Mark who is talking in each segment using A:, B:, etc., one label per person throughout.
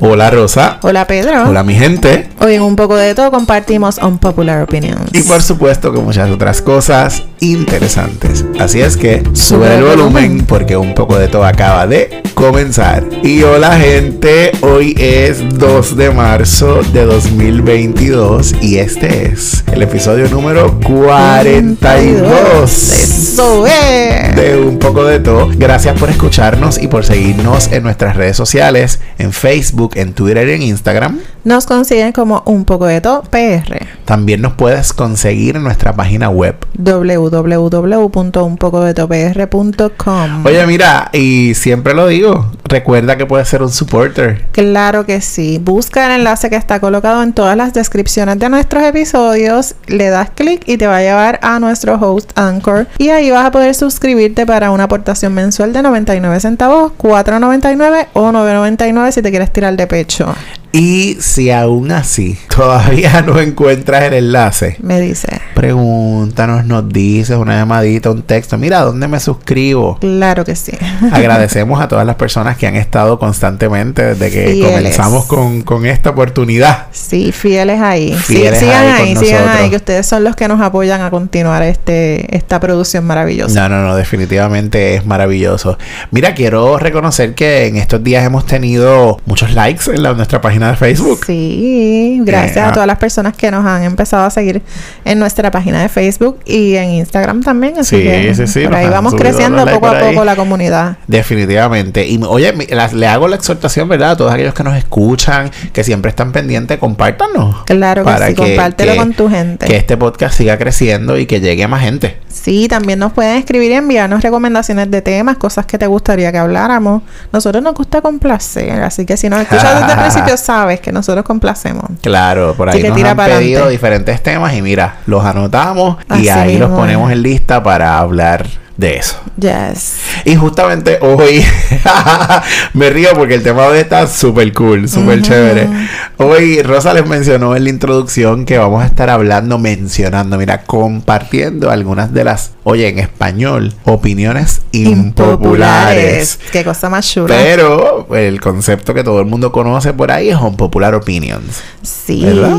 A: Hola Rosa.
B: Hola Pedro.
A: Hola mi gente.
B: Hoy en un poco de todo compartimos Unpopular Opinions.
A: Y por supuesto que muchas otras cosas interesantes. Así es que sube el volumen porque un poco de todo acaba de comenzar. Y hola gente, hoy es 2 de marzo de 2022 y este es el episodio número 42.
B: Eso es.
A: de un poco de todo. Gracias por escucharnos y por seguirnos en nuestras redes sociales, en Facebook, en Twitter y en Instagram.
B: Nos consiguen como un poco de todo PR.
A: También nos puedes conseguir en nuestra página web.
B: www.unpocodetopr.com.
A: Oye, mira, y siempre lo digo, recuerda que puedes ser un supporter.
B: Claro que sí. Busca el enlace que está colocado en todas las descripciones de nuestros episodios, le das clic y te va a llevar a nuestro host Anchor y ahí vas a poder suscribirte para una aportación mensual de 99 centavos, 4.99 o 9.99 si te quieres tirar de pecho.
A: Y si aún así todavía no encuentras el enlace,
B: Me dice.
A: pregúntanos, nos dices una llamadita, un texto. Mira, ¿dónde me suscribo?
B: Claro que sí.
A: Agradecemos a todas las personas que han estado constantemente desde que
B: Fieles.
A: comenzamos con, con esta oportunidad.
B: Sí, fieles ahí. Sí,
A: Fieles
B: sigan
A: ahí con
B: ahí, sigan
A: nosotros.
B: ahí, que ustedes son los que nos apoyan a continuar este esta producción maravillosa.
A: No, no, no, definitivamente es maravilloso. Mira, quiero reconocer que en estos días hemos tenido muchos likes en la- nuestra página de Facebook.
B: Sí, gracias
A: Eh, ah.
B: a todas las personas que nos han empezado a seguir en nuestra página de Facebook y en Instagram también. Así
A: Sí,
B: que
A: sí, sí,
B: por
A: nos
B: ahí
A: han
B: vamos
A: subido
B: creciendo
A: los likes
B: poco a
A: por ahí.
B: poco la comunidad.
A: Definitivamente. Y oye, mi- la- le hago la exhortación, ¿verdad? A todos aquellos que nos escuchan, que siempre están pendientes, compártanos.
B: Claro que
A: Para
B: sí,
A: que-
B: compártelo
A: que-
B: con tu gente.
A: Que este podcast siga creciendo y que llegue a más gente.
B: Sí, también nos pueden escribir y enviarnos recomendaciones de temas, cosas que te gustaría que habláramos. Nosotros nos gusta complacer, así que si nos escuchas desde el principio sabes que nosotros complacemos.
A: Claro, por
B: Así
A: ahí
B: que
A: nos
B: tira
A: han
B: pa'lante.
A: pedido diferentes temas y mira, los anotamos y
B: Así
A: ahí los
B: mismo es.
A: ponemos en lista para hablar de eso.
B: Yes.
A: Y justamente hoy me río porque el tema de hoy está súper cool, súper chévere. Hoy Rosa les mencionó en la introducción que vamos a estar hablando, mencionando, mira, compartiendo algunas de las, oye, en español, opiniones impopulares.
B: Qué cosa más chula.
A: Pero el concepto que todo el mundo conoce por ahí es unpopular opinions.
B: sí.
A: ¿verdad?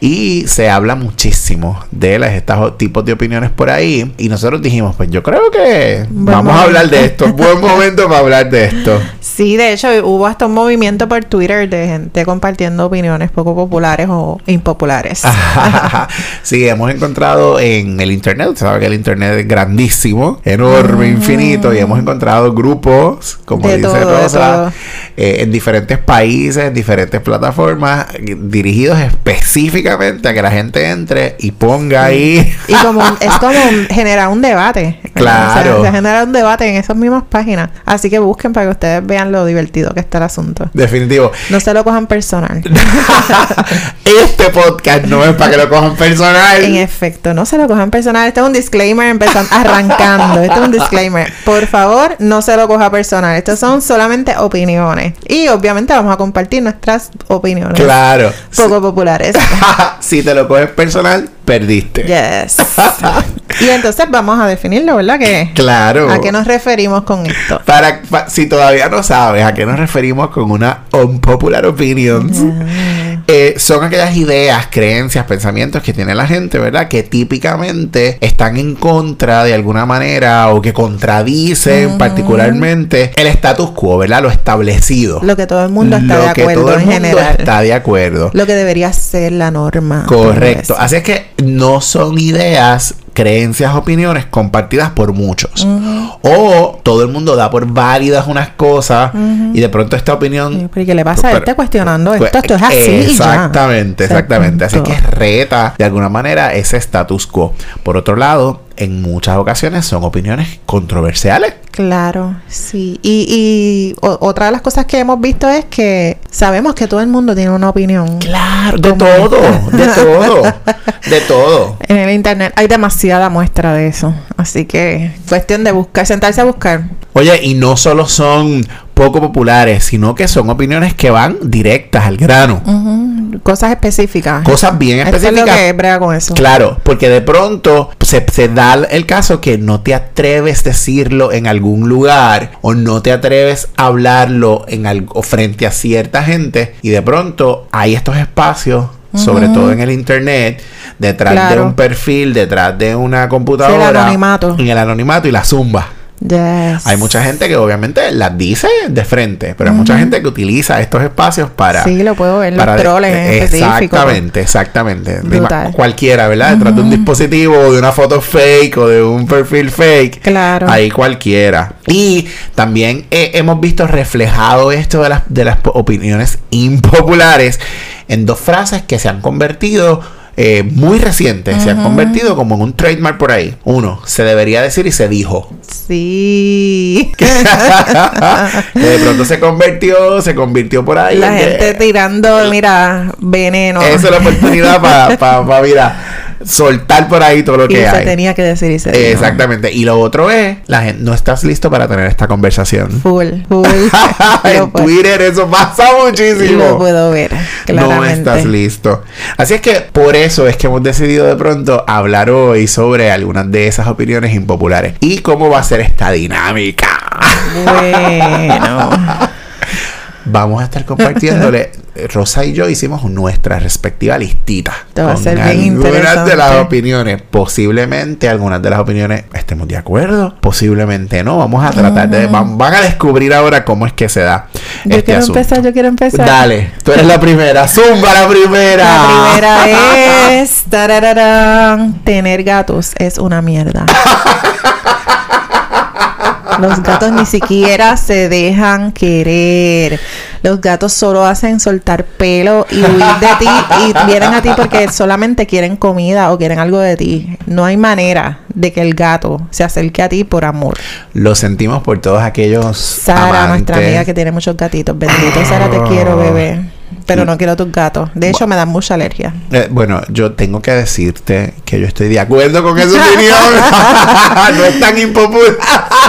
A: Y se habla muchísimo de las, estos tipos de opiniones por ahí. Y nosotros dijimos, pues yo creo que
B: Buen
A: vamos a
B: momento.
A: hablar de esto. Buen momento para hablar de esto.
B: Sí, de hecho hubo hasta un movimiento por Twitter de gente compartiendo opiniones poco populares o impopulares.
A: Ah. sí, hemos encontrado en el internet, usted sabe que el internet es grandísimo, enorme, infinito, y hemos encontrado grupos, como
B: Mm. De
A: dice
B: todo, de
A: Rosa,
B: todo.
A: eh, en diferentes países, en diferentes plataformas, eh, dirigidos específicamente a que la gente entre y ponga ahí.
B: Y como un- es como un- generar un debate. ¿verdad?
A: Claro.
B: O sea, se genera un debate en esas mismas páginas. Así que busquen para que ustedes vean lo divertido que está el asunto.
A: Definitivo.
B: No se lo cojan personal.
A: este podcast no es para que lo cojan personal.
B: En efecto, no se lo cojan personal. Este es un disclaimer empezando, arrancando. Este es un disclaimer. Por favor, no se lo coja personal. Estas son solamente opiniones. Y obviamente vamos a compartir nuestras opiniones.
A: Claro.
B: Poco populares.
A: si te lo coges personal, perdiste.
B: Yes. y entonces vamos a definirlo, ¿verdad? ¿Qué,
A: Claro.
B: ¿A qué nos referimos con esto?
A: Para, pa- si todavía no sabes a qué nos referimos con una unpopular opinions, eh, son aquellas ideas, creencias, pensamientos que tiene la gente, ¿verdad? Que típicamente están en contra de alguna manera o que contradicen particularmente el status quo, ¿verdad? Lo establecido.
B: Lo que todo el mundo está
A: Lo
B: de
A: que
B: acuerdo
A: todo el
B: en
A: mundo
B: general.
A: está de acuerdo.
B: Lo que debería ser la norma. pues.
A: Correcto. Ah,
B: Todo eso.
A: Así es que no son ideas, creencias, opiniones compartidas por muchos. O todo el mundo da por válidas unas cosas y de pronto esta opinión...
B: Pero ¿y ¿Qué le pasa a
A: Pero-
B: este cuestionando
A: pues,
B: esto? Esto es así. y ya.
A: Exactamente,
B: O sea, pues,
A: exactamente. Así
B: punto.
A: que reta de alguna manera ese status quo. Por otro lado, en muchas ocasiones son opiniones controversiales.
B: Claro, sí. Y, y o- otra de las cosas que hemos visto es que sabemos que todo el mundo tiene una opinión.
A: Claro, de
B: Como
A: todo, de todo, de todo.
B: En el internet hay demasiada muestra de eso. Así que cuestión de buscar, sentarse a buscar.
A: Oye, y no solo son poco populares, sino que son opiniones que van directas al grano.
B: Ujú, cosas específicas.
A: Cosas bien
B: Esto es lo
A: específicas.
B: que brega con eso.
A: Claro, porque de pronto se, se da el caso que no te atreves a decirlo en algún lugar o no te atreves a hablarlo en al- o frente a cierta gente y de pronto hay estos espacios, sobre
B: Ujú.
A: todo en el internet, detrás de
B: Claro.
A: un perfil, detrás de una computadora,
B: anonimato.
A: en el anonimato y la zumba.
B: Yes.
A: Hay mucha gente que obviamente las dice de frente, pero hay mucha
B: Ujú.
A: gente que utiliza estos espacios para
B: Sí, lo puedo ver. Los
A: para de- eh,
B: troles en específico.
A: Exactamente, exactamente. De
B: Brutal.
A: ma- Cualquiera, ¿verdad? Detrás de un dispositivo, o de una foto fake o de un perfil fake.
B: Claro.
A: Ahí cualquiera. Y también eh, hemos visto reflejado esto de las, de las po- opiniones impopulares en dos frases que se han convertido eh, muy recientes. Se han convertido como en un trademark por ahí. Uno, se debería decir y se dijo.
B: Sí.
A: Que de pronto se convirtió, se convirtió por ahí.
B: La
A: en que-
B: gente tirando, mira, veneno.
A: Esa es la oportunidad para, mira, soltar por ahí todo lo
B: y
A: que
B: se
A: hay.
B: tenía que decir y se dijo.
A: Exactamente. Y lo otro es, la gente, no estás listo para tener esta conversación.
B: Full, full.
A: en
B: Lo puedo-
A: Twitter eso pasa muchísimo.
B: Lo puedo ver,
A: No
B: claramente.
A: estás listo. Así es que por eso es que hemos decidido de pronto hablar hoy sobre algunas de esas opiniones impopulares y cómo va a ser esta dinámica.
B: Bueno.
A: Vamos a estar compartiéndole. Rosa y yo hicimos nuestra respectiva listita.
B: Te va a
A: con
B: ser bien
A: algunas de las
B: interesante.
A: opiniones. Posiblemente algunas de las opiniones estemos de acuerdo. Posiblemente no. Vamos a tratar de. Van, van a descubrir ahora cómo es que se da.
B: Yo
A: este
B: quiero
A: asunto.
B: empezar, yo quiero empezar.
A: Dale, tú eres la primera. Zumba la primera.
B: La primera es tarararán, tener gatos es una mierda. Los gatos ni siquiera se dejan querer. Los gatos solo hacen soltar pelo y huir de ti y vienen a ti porque solamente quieren comida o quieren algo de ti. No hay manera de que el gato se acerque a ti por amor.
A: Lo sentimos por todos aquellos.
B: Sara,
A: amantes.
B: nuestra amiga que tiene muchos gatitos. Bendito Sara, te quiero, bebé. Pero no quiero tus gatos. De hecho, me dan mucha alergia.
A: Eh, bueno, yo tengo que decirte que yo estoy de acuerdo con esa opinión. no es tan impopular.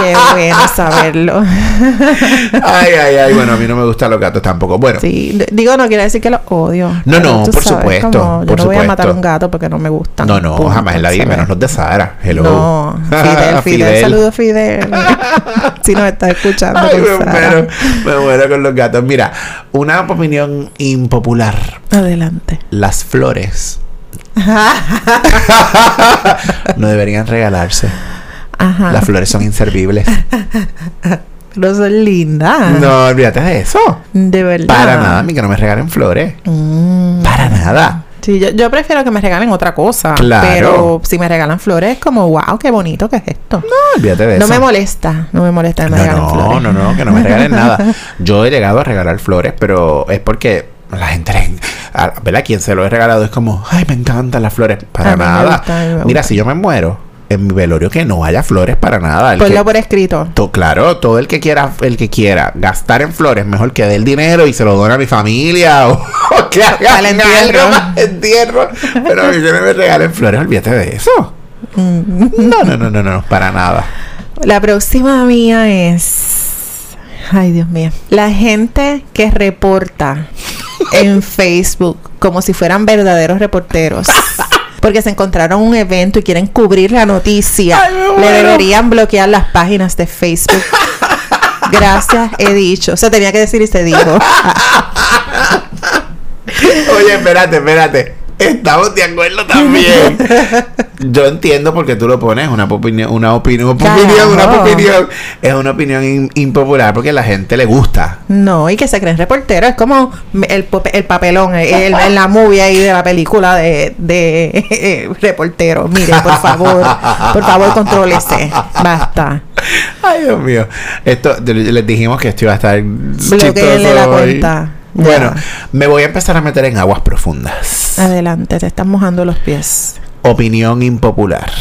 B: Qué bueno saberlo.
A: Ay, ay, ay. Bueno, a mí no me gustan los gatos tampoco. Bueno,
B: Sí, d- digo, no quiere decir que los odio.
A: No,
B: pero
A: no,
B: tú
A: por supuesto,
B: como, yo
A: por
B: no voy a matar a
A: supuesto.
B: un gato porque no me gustan.
A: no, no,
B: punto,
A: jamás en la vida,
B: ¿sabes?
A: menos los de Sahara. Hello.
B: No, Fidel, Fidel,
A: Fidel.
B: saludos Fidel. si nos estás escuchando.
A: Ay, me
B: con Sara.
A: muero, me muero con los gatos. Mira, una opinión impopular.
B: Adelante.
A: Las flores no deberían regalarse.
B: Ajá.
A: Las flores son inservibles.
B: Ah. Pero son lindas.
A: No, olvídate de eso.
B: De verdad.
A: Para nada, a mí que no me regalen flores.
B: Mm.
A: Para nada.
B: Sí, yo, yo prefiero que me regalen otra cosa.
A: Claro.
B: Pero si me regalan flores, es como, wow, qué bonito que es esto.
A: No, olvídate de
B: No
A: eso.
B: me molesta, no me molesta que me regalen
A: No,
B: flores.
A: no, no, que no me regalen nada. Yo he llegado a regalar flores, pero es porque a la gente, le- a, ¿verdad? Quien se lo he regalado es como, ay, me encantan las flores. Para
B: A mí me
A: nada.
B: gusta, a mí me
A: Mira,
B: gusta.
A: si yo me muero en mi velorio, que no haya flores para nada. El
B: Ponlo
A: que-
B: por escrito.
A: to- claro, todo el que quiera, el que quiera gastar en flores, mejor que dé el dinero y se lo dona a mi familia o, o que hagan
B: Para el entierro.
A: algo para el entierro. Pero a mí que no me regalen flores, olvídate de eso.
B: Mm.
A: No, no, no, no, no, para nada.
B: La próxima mía es. Ay, Dios mío. La gente que reporta en Facebook como si fueran verdaderos reporteros. Porque se encontraron un evento y quieren cubrir la noticia.
A: Ay, me
B: Le
A: muero.
B: deberían bloquear las páginas de Facebook. Gracias, he dicho. Se tenía que decir y se dijo.
A: Oye, espérate, espérate. Estamos de acuerdo también. Yo entiendo por qué tú lo pones, una opinión, una opinión, opinión, una
B: Carajo.
A: opinión. Es una opinión in- impopular porque a la gente le gusta.
B: No, y que se creen reporteros. Es como el, pop- el papelón eh, el, el- la movie ahí de la película de, de eh, reportero. Mire, por favor, por favor, contrólese. Basta.
A: Ay, Dios mío. Esto te- les dijimos que esto iba a estar
B: Bloqueenle
A: chistoso
B: la
A: hoy.
B: cuenta. Ya.
A: Bueno, me voy a empezar a meter en aguas profundas.
B: Adelante, te están mojando los pies.
A: Opinión impopular.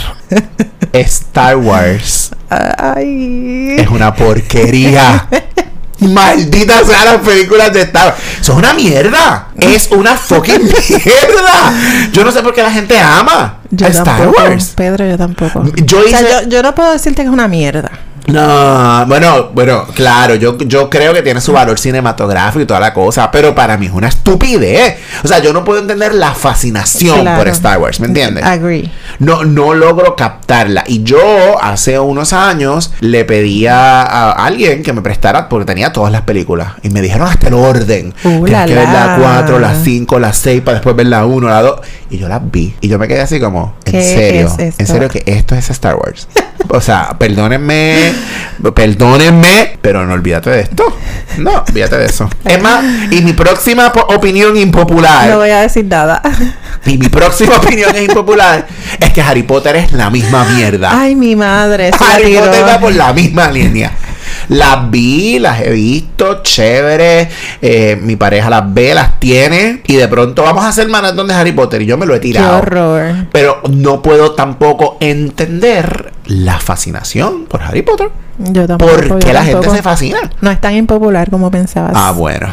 A: Star Wars
B: Ay.
A: es una porquería. Maldita sea las películas de Star Wars. Eso es una mierda. Es una fucking mierda. Yo no sé por qué la gente ama
B: Yo
A: a Star
B: tampoco,
A: Wars.
B: Pedro, yo tampoco.
A: Yo
B: O sea,
A: hice-
B: yo, yo no puedo decirte que es una mierda.
A: No, bueno, bueno, claro, yo, yo creo que tiene su valor cinematográfico y toda la cosa, pero para mí es una estupidez. O sea, yo no puedo entender la fascinación
B: Claro.
A: por Star Wars, ¿me entiendes?
B: Agree.
A: No, no logro captarla. Y yo hace unos años le pedía a alguien que me prestara porque tenía todas las películas. Y me dijeron hasta el orden.
B: Uh,
A: Tienes
B: la,
A: que ver la
B: la.
A: 4, la 5, la 6 para después ver la 1, la 2. Y yo las vi. Y yo me quedé así como, en
B: ¿Qué
A: serio.
B: es esto?
A: En serio que esto es Star Wars. O sea, perdónenme, perdónenme, pero no olvídate de esto. No, olvídate de eso. Es más, y mi próxima po- opinión impopular.
B: No voy a decir nada.
A: Y mi próxima opinión es impopular. Es que Harry Potter es la misma mierda.
B: Ay, mi madre. se la
A: Harry
B: tiró.
A: Potter va por la misma línea. Las vi, las he visto, chévere. eh, mi pareja las ve, las tiene. Y de pronto vamos a hacer maratón de Harry Potter. Y yo me lo he
B: Qué
A: tirado.
B: horror.
A: Pero no puedo tampoco entender la fascinación por Harry Potter.
B: Yo tampoco.
A: ¿Por
B: yo
A: qué la gente
B: tampoco.
A: se fascina?
B: No es tan impopular como pensabas.
A: Ah, bueno.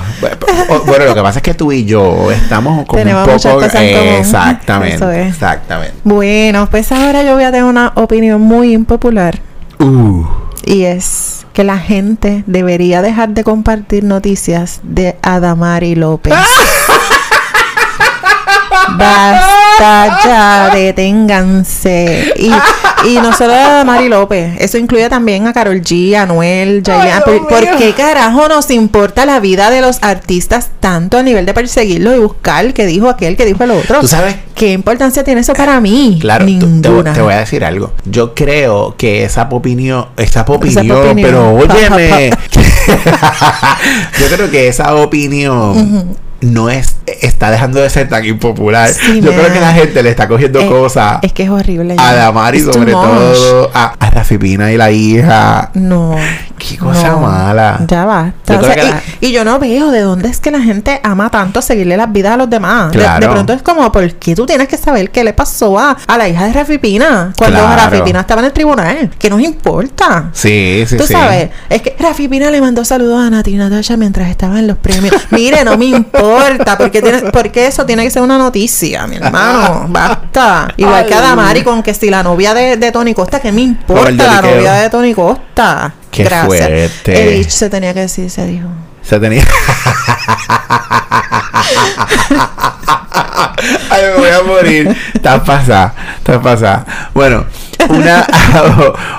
A: O- Bueno, lo que pasa es que tú y yo estamos como
B: Tenemos
A: un poco.
B: muchas cosas en común.
A: Exactamente.
B: Eso es.
A: Exactamente.
B: Bueno, pues ahora yo voy a tener una opinión muy impopular.
A: Uh.
B: Y es que la gente debería dejar de compartir noticias de Adamari López. Basta ya, deténganse. Y, y no solo a Adamari López, eso incluye también a Carol G, a Noel, Yailin.
A: Dios
B: ¿Por, por
A: mío.
B: qué carajo nos importa la vida de los artistas tanto a nivel de perseguirlo y buscar qué dijo aquel, qué dijo el otro?
A: ¿Tú sabes?
B: ¿Qué importancia tiene eso para mí?
A: Claro, tú- te,
B: ninguna.
A: te voy a decir algo. Yo creo que esa opinión, esa opinión,
B: opinión.
A: pero
B: Pa, pa,
A: óyeme. Yo creo que esa opinión no es está dejando de ser tan impopular.
B: Sí,
A: Yo creo
B: man.
A: que la gente le está cogiendo
B: Eh,
A: cosas
B: Es que es horrible.
A: a
B: ya.
A: Damari
B: It's too
A: sobre
B: much.
A: todo a, a Rafi Pina y la hija.
B: No.
A: Qué cosa
B: no.
A: mala.
B: Ya basta.
A: Yo
B: O
A: creo
B: sea,
A: que
B: y,
A: la-
B: y yo no veo de dónde es que la gente ama tanto seguirle las vidas a los demás. De- De,
A: Claro.
B: pronto es como, ¿por qué tú tienes que saber qué le pasó a, a la hija de Rafi Pina cuando
A: Claro.
B: Rafi Pina estaba en el tribunal? ¿Qué nos importa?
A: Sí, sí,
B: Tú
A: sí.
B: sabes, es que Rafi Pina le mandó saludos a Nati y Natasha mientras estaba en los premios. Mire, no me importa, porque, tiene, porque eso tiene que ser una noticia, mi hermano. Basta. Igual que a
A: Ay.
B: Damari con que si la novia de, de Tony Costa, que me
A: Por el
B: importa la
A: lloriqueo.
B: novia de Tony Costa.
A: Qué fuerte.
B: El Itch se tenía que decir, se dijo.
A: Se tenía. Ay, me voy a morir. Está pasada, está pasada. Bueno, una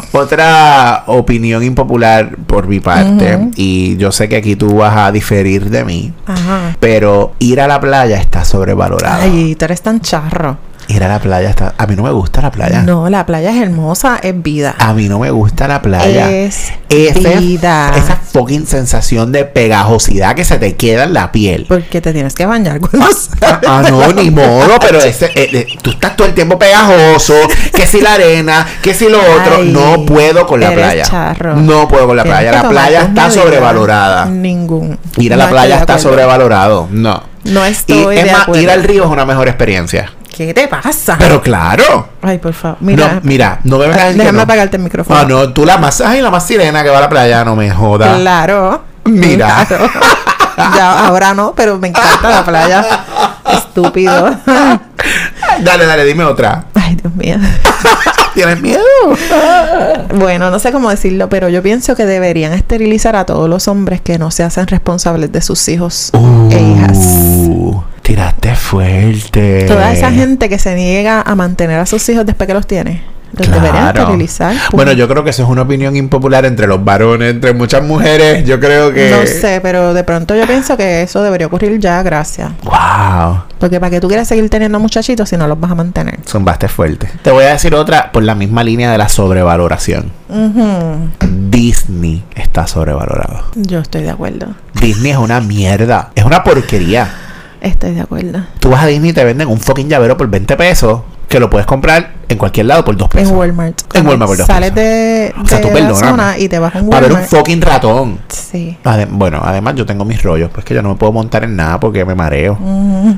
A: otra opinión impopular por mi parte.
B: Ujú.
A: Y yo sé que aquí tú vas a diferir de mí.
B: Ajá.
A: Pero ir a la playa está sobrevalorado.
B: Ay, tú eres tan charro.
A: Ir a la playa está. A mí no me gusta la playa.
B: No, la playa es hermosa, es vida.
A: A mí no me gusta la playa.
B: Es
A: Ese-
B: vida.
A: Ah, Esa fucking sensación de pegajosidad que se te queda en la piel.
B: Porque te tienes que bañar cuando
A: Ah, ah, no, ni modo, pero ese, eh, eh, tú estás todo el tiempo pegajoso, que si la arena, que si lo otro,
B: Ay,
A: no puedo con la
B: eres
A: playa.
B: charro.
A: No puedo con la
B: Tienes
A: playa,
B: que
A: la
B: tomar
A: playa
B: tus
A: está
B: medidas.
A: sobrevalorada.
B: Ningún.
A: Ir a
B: No
A: la
B: estoy
A: playa
B: de
A: está
B: acuerdo.
A: sobrevalorado, no.
B: No
A: Y
B: estoy
A: es
B: de
A: más,
B: acuerdo.
A: ir al río es una mejor experiencia.
B: ¿Qué te pasa?
A: Pero claro.
B: Ay, por favor.
A: Mira,
B: Mira,
A: no, mira, no me vengas a decir que
B: déjame
A: no.
B: apagarte el micrófono.
A: Ah, no, tú la más, ay, la más sirena que va a la playa, no me jodas.
B: Claro.
A: Mira.
B: Claro. Ya, ahora no, pero me encanta la playa. Estúpido.
A: Dale, dale, dime otra.
B: Ay, Dios mío.
A: ¿Tienes miedo?
B: Bueno, no sé cómo decirlo, pero yo pienso que deberían esterilizar a todos los hombres que no se hacen responsables de sus hijos e hijas.
A: Uh, Tiraste fuerte.
B: Toda esa gente que se niega a mantener a sus hijos después que los tiene, los deberían
A: Claro.
B: esterilizar. pues.
A: Bueno,
B: punto.
A: yo creo que eso es una opinión impopular entre los varones, entre muchas mujeres. Yo creo que.
B: No sé, pero de pronto yo pienso que eso debería ocurrir ya, gracias.
A: ¡Wow!
B: Porque para que tú quieras seguir teniendo muchachitos si no los vas a mantener.
A: Zumbaste fuerte. Te voy a decir otra por la misma línea de la sobrevaloración.
B: Ujú.
A: Disney está sobrevalorado.
B: Yo estoy de acuerdo.
A: Disney es una mierda. Es una porquería.
B: Estoy de acuerdo.
A: Tú vas a Disney y te venden un fucking llavero por 20 pesos que lo puedes comprar en cualquier lado por 2 pesos.
B: En Walmart.
A: En Walmart por dos
B: Sales
A: pesos.
B: de,
A: O sea,
B: de
A: tú
B: la
A: perdóname.
B: zona y te vas a un
A: Para ver
B: Walmart.
A: un fucking ratón.
B: sí.
A: Ade- bueno, además yo tengo mis rollos, pues que yo no me puedo montar en nada porque me mareo.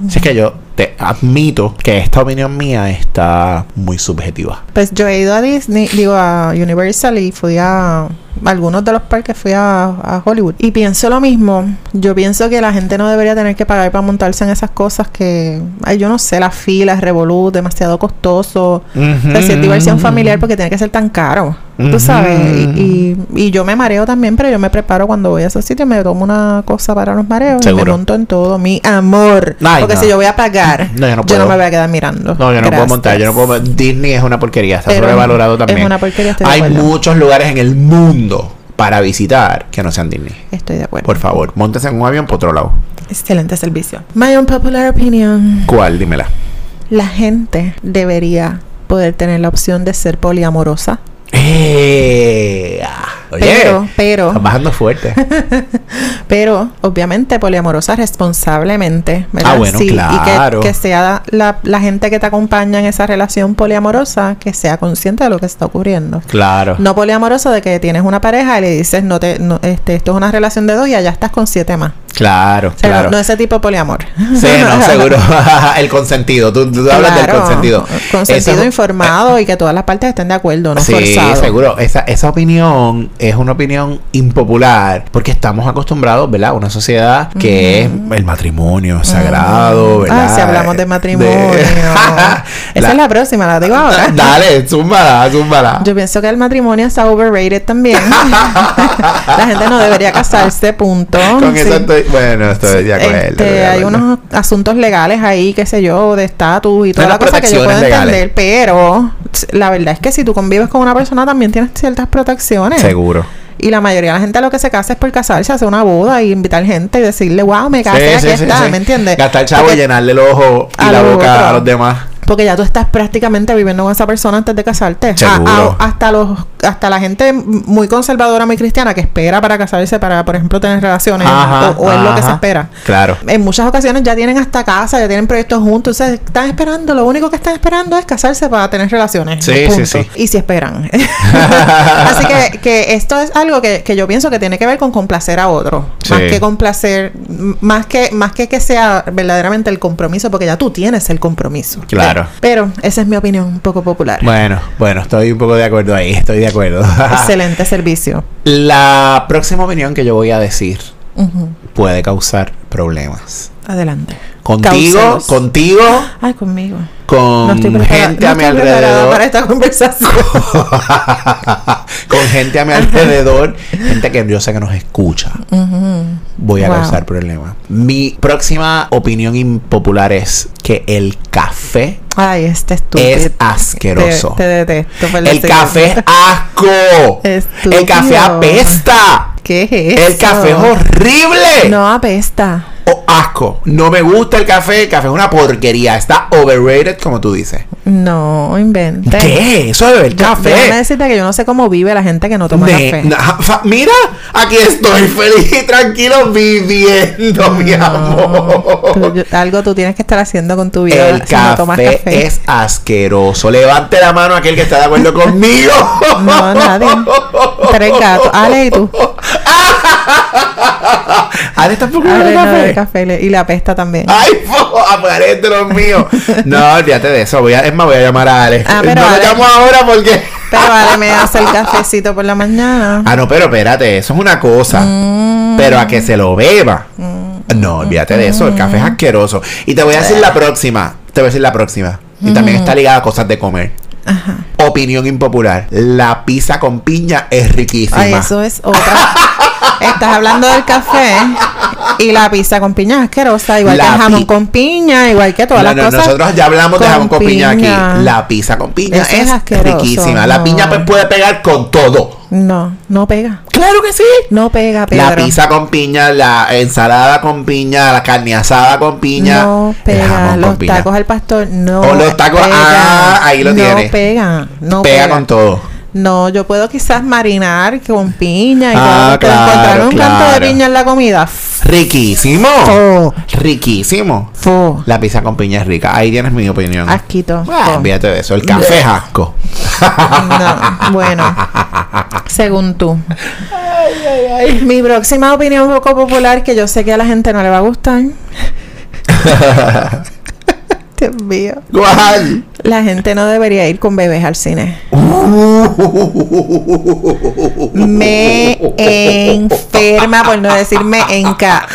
A: Así que yo te admito que esta opinión mía está muy subjetiva.
B: Pues yo he ido a Disney, digo a Universal y fui a algunos de los parques, fui a, a Hollywood. Y pienso lo mismo. Yo pienso que la gente no debería tener que pagar para montarse en esas cosas que, ay, yo no sé, las
A: Mm,
B: Pues filas, revolú, demasiado costoso. Pero si es diversión familiar, porque tiene que ser tan caro? Tú sabes,
A: mm,
B: y, y- y yo me mareo también, pero yo me preparo cuando voy a esos sitios, me tomo una cosa para los mareos y me
A: Seguro.
B: monto en todo mi amor.
A: Ay,
B: Porque
A: no.
B: si yo voy a pagar,
A: No, yo no puedo.
B: me voy a quedar mirando.
A: No, yo no puedo
B: Gracias.
A: montar, yo no puedo. Disney es una porquería, está
B: Pero
A: sobrevalorado
B: es
A: también.
B: una porquería, estoy de
A: Hay
B: acuerdo.
A: muchos lugares en el mundo para visitar que no sean Disney.
B: Estoy de acuerdo.
A: Por favor, montes en un avión por otro lado.
B: Excelente servicio. My unpopular opinion.
A: ¿Cuál? Dímela.
B: La gente debería poder tener la opción de ser poliamorosa.
A: Eh, ah, oye,
B: Pero, pero.
A: estás bajando fuerte.
B: Pero, obviamente, poliamorosa responsablemente. ¿verdad?
A: Ah, bueno,
B: Sí,
A: claro.
B: Y que, que sea la, la gente que te acompaña en esa relación poliamorosa, que sea consciente de lo que está ocurriendo.
A: Claro.
B: No poliamorosa de que tienes una pareja y le dices, no te, no, este, esto es una relación de dos y allá estás con siete más.
A: Claro,
B: O sea,
A: claro.
B: no, no ese tipo de poliamor.
A: Sí, no, seguro. el consentido. Tú, tú hablas del
B: Claro,
A: consentido. Eso
B: Consentido
A: es-
B: informado y que todas las partes estén de acuerdo, no
A: sí,
B: forzado.
A: seguro. Esa, esa opinión es una opinión impopular porque estamos acostumbrados, ¿verdad? A Una sociedad que es el matrimonio sagrado, ¿verdad? Eh,
B: Ah, si hablamos de matrimonio. Esa
A: La-
B: es la próxima, la digo ahora.
A: Dale, zúmbala, zúmbala.
B: Yo pienso que el matrimonio está overrated también. la gente no debería casarse, punto.
A: Con
B: Sí.
A: eso estoy. Bueno, estoy de acuerdo.
B: Este,
A: estoy de
B: hay
A: acuerdo.
B: unos asuntos legales ahí, qué sé yo, de estatus y toda
A: Unas
B: la cosa que yo puedo
A: protecciones
B: entender, pero la verdad es que si tú convives con una persona también tienes ciertas protecciones.
A: Seguro.
B: Y la mayoría de la gente lo que se casa es por casarse, hacer una boda y invitar gente y decirle, wow, me casé, aquí está, ¿me entiendes?
A: Gastar chavo
B: Porque-
A: y llenarle el ojo y
B: a
A: la
B: lo
A: boca
B: otro.
A: a los demás.
B: Porque ya tú estás prácticamente viviendo con esa persona antes de casarte. A-
A: Seguro.
B: a- hasta los hasta la gente muy conservadora, muy cristiana que espera para casarse para, por ejemplo, tener relaciones
A: Ajá,
B: o, o es lo que se
A: ajá.
B: espera.
A: Claro.
B: En muchas ocasiones ya tienen hasta casa, ya tienen proyectos juntos, o sea, están esperando, lo único que están esperando es casarse para tener relaciones.
A: Sí,
B: punto.
A: sí, sí.
B: Y si esperan. Así que, que esto es algo que, que yo pienso que tiene que ver con complacer a otro, más
A: Sí.
B: que complacer, m- más que más que que sea verdaderamente el compromiso, porque ya tú tienes el compromiso.
A: Claro.
B: Ya. Pero esa es mi opinión un poco popular.
A: Bueno, bueno, estoy un poco de acuerdo ahí, estoy de acuerdo.
B: Excelente servicio.
A: La próxima opinión que yo voy a decir
B: Ujú.
A: puede causar problemas.
B: Adelante.
A: Contigo,
B: Causelos.
A: contigo,
B: Ay, conmigo.
A: con
B: preparada-
A: gente
B: no
A: a mi
B: estoy preparada
A: alrededor.
B: para esta conversación.
A: con gente a mi alrededor, gente que yo sé que nos escucha.
B: Ujú.
A: Voy a
B: Wow.
A: causar problemas. Mi próxima opinión impopular es que el café
B: Ay, este estúpido.
A: es asqueroso.
B: Te, te detesto. por
A: el
B: decir
A: café es
B: eso.
A: asco.
B: Estúpido.
A: El café apesta.
B: ¿Qué es
A: El
B: eso?
A: café es horrible.
B: No apesta.
A: Oh, asco. No me gusta el café. El café es una porquería. Está overrated, como tú dices.
B: No, invente.
A: ¿Qué? Eso de beber
B: Déjame
A: café.
B: decirte que yo no sé cómo vive la gente que no toma
A: Ne-
B: café.
A: na- fa- mira, aquí estoy feliz y tranquilo viviendo, mi amor.
B: Ah, Tú- yo- algo tú tienes que estar haciendo con tu vida
A: El
B: si no
A: café,
B: tomas café.
A: es asqueroso. Levante la mano aquel que está de acuerdo conmigo.
B: No, nadie. Tres gatos. Ale, ¿y tú?
A: Ale está por
B: Ale, no
A: café.
B: bebe café le- y la apesta también.
A: Ay, po, apagaré de los míos. No, olvídate de eso. Voy a, es más, voy a llamar a Ale.
B: Ah, pero
A: no
B: Ale-
A: lo llamo ahora porque.
B: Pero Ale me hace el cafecito por la mañana.
A: Ah, no, pero espérate, eso es una cosa.
B: Mm.
A: Pero a que se lo beba. No, olvídate de
B: Mm.
A: eso. El café es asqueroso. Y te voy a decir la próxima. Te voy a decir la próxima. Y también está ligada a cosas de comer. Opinión impopular. La pizza con piña es riquísima.
B: Ay, eso es otra. Estás hablando del café y la pizza con piña es asquerosa, igual
A: La
B: que el jamón
A: pi-
B: con piña, igual que todas
A: No,
B: las
A: no,
B: cosas.
A: nosotros ya hablamos de jamón con piña, aquí. La pizza con piña
B: Eso es
A: es,
B: asqueroso,
A: riquísima. La
B: no.
A: piña pues, puede pegar con todo.
B: No, no pega.
A: Claro que sí.
B: No pega, Pedro.
A: La pizza con piña, la ensalada con piña, la carne asada con piña.
B: No
A: el
B: pega.
A: jamón
B: Los
A: con piña.
B: tacos al pastor, no.
A: O los tacos- ah, ahí lo
B: no
A: tienes.
B: Pega, no
A: pega,
B: pega.
A: con todo.
B: No, yo puedo quizás marinar con piña y
A: Ah,
B: todo, pero
A: claro,
B: encontrar un canto de
A: claro. Oh.
B: piña en la comida. F-
A: Riquísimo.
B: Fo,
A: Riquísimo.
B: fo,
A: La pizza con piña es rica. Ahí tienes mi opinión.
B: asquito.
A: Ah,
B: fo.
A: olvídate de eso. El café es asco.
B: No, bueno, según tú. Mi próxima opinión un poco popular, que yo sé que a la gente no le va a gustar. Dios mío.
A: ¿Cuál?
B: La gente no debería ir con bebés al cine. Me enferma, por no decirme enca.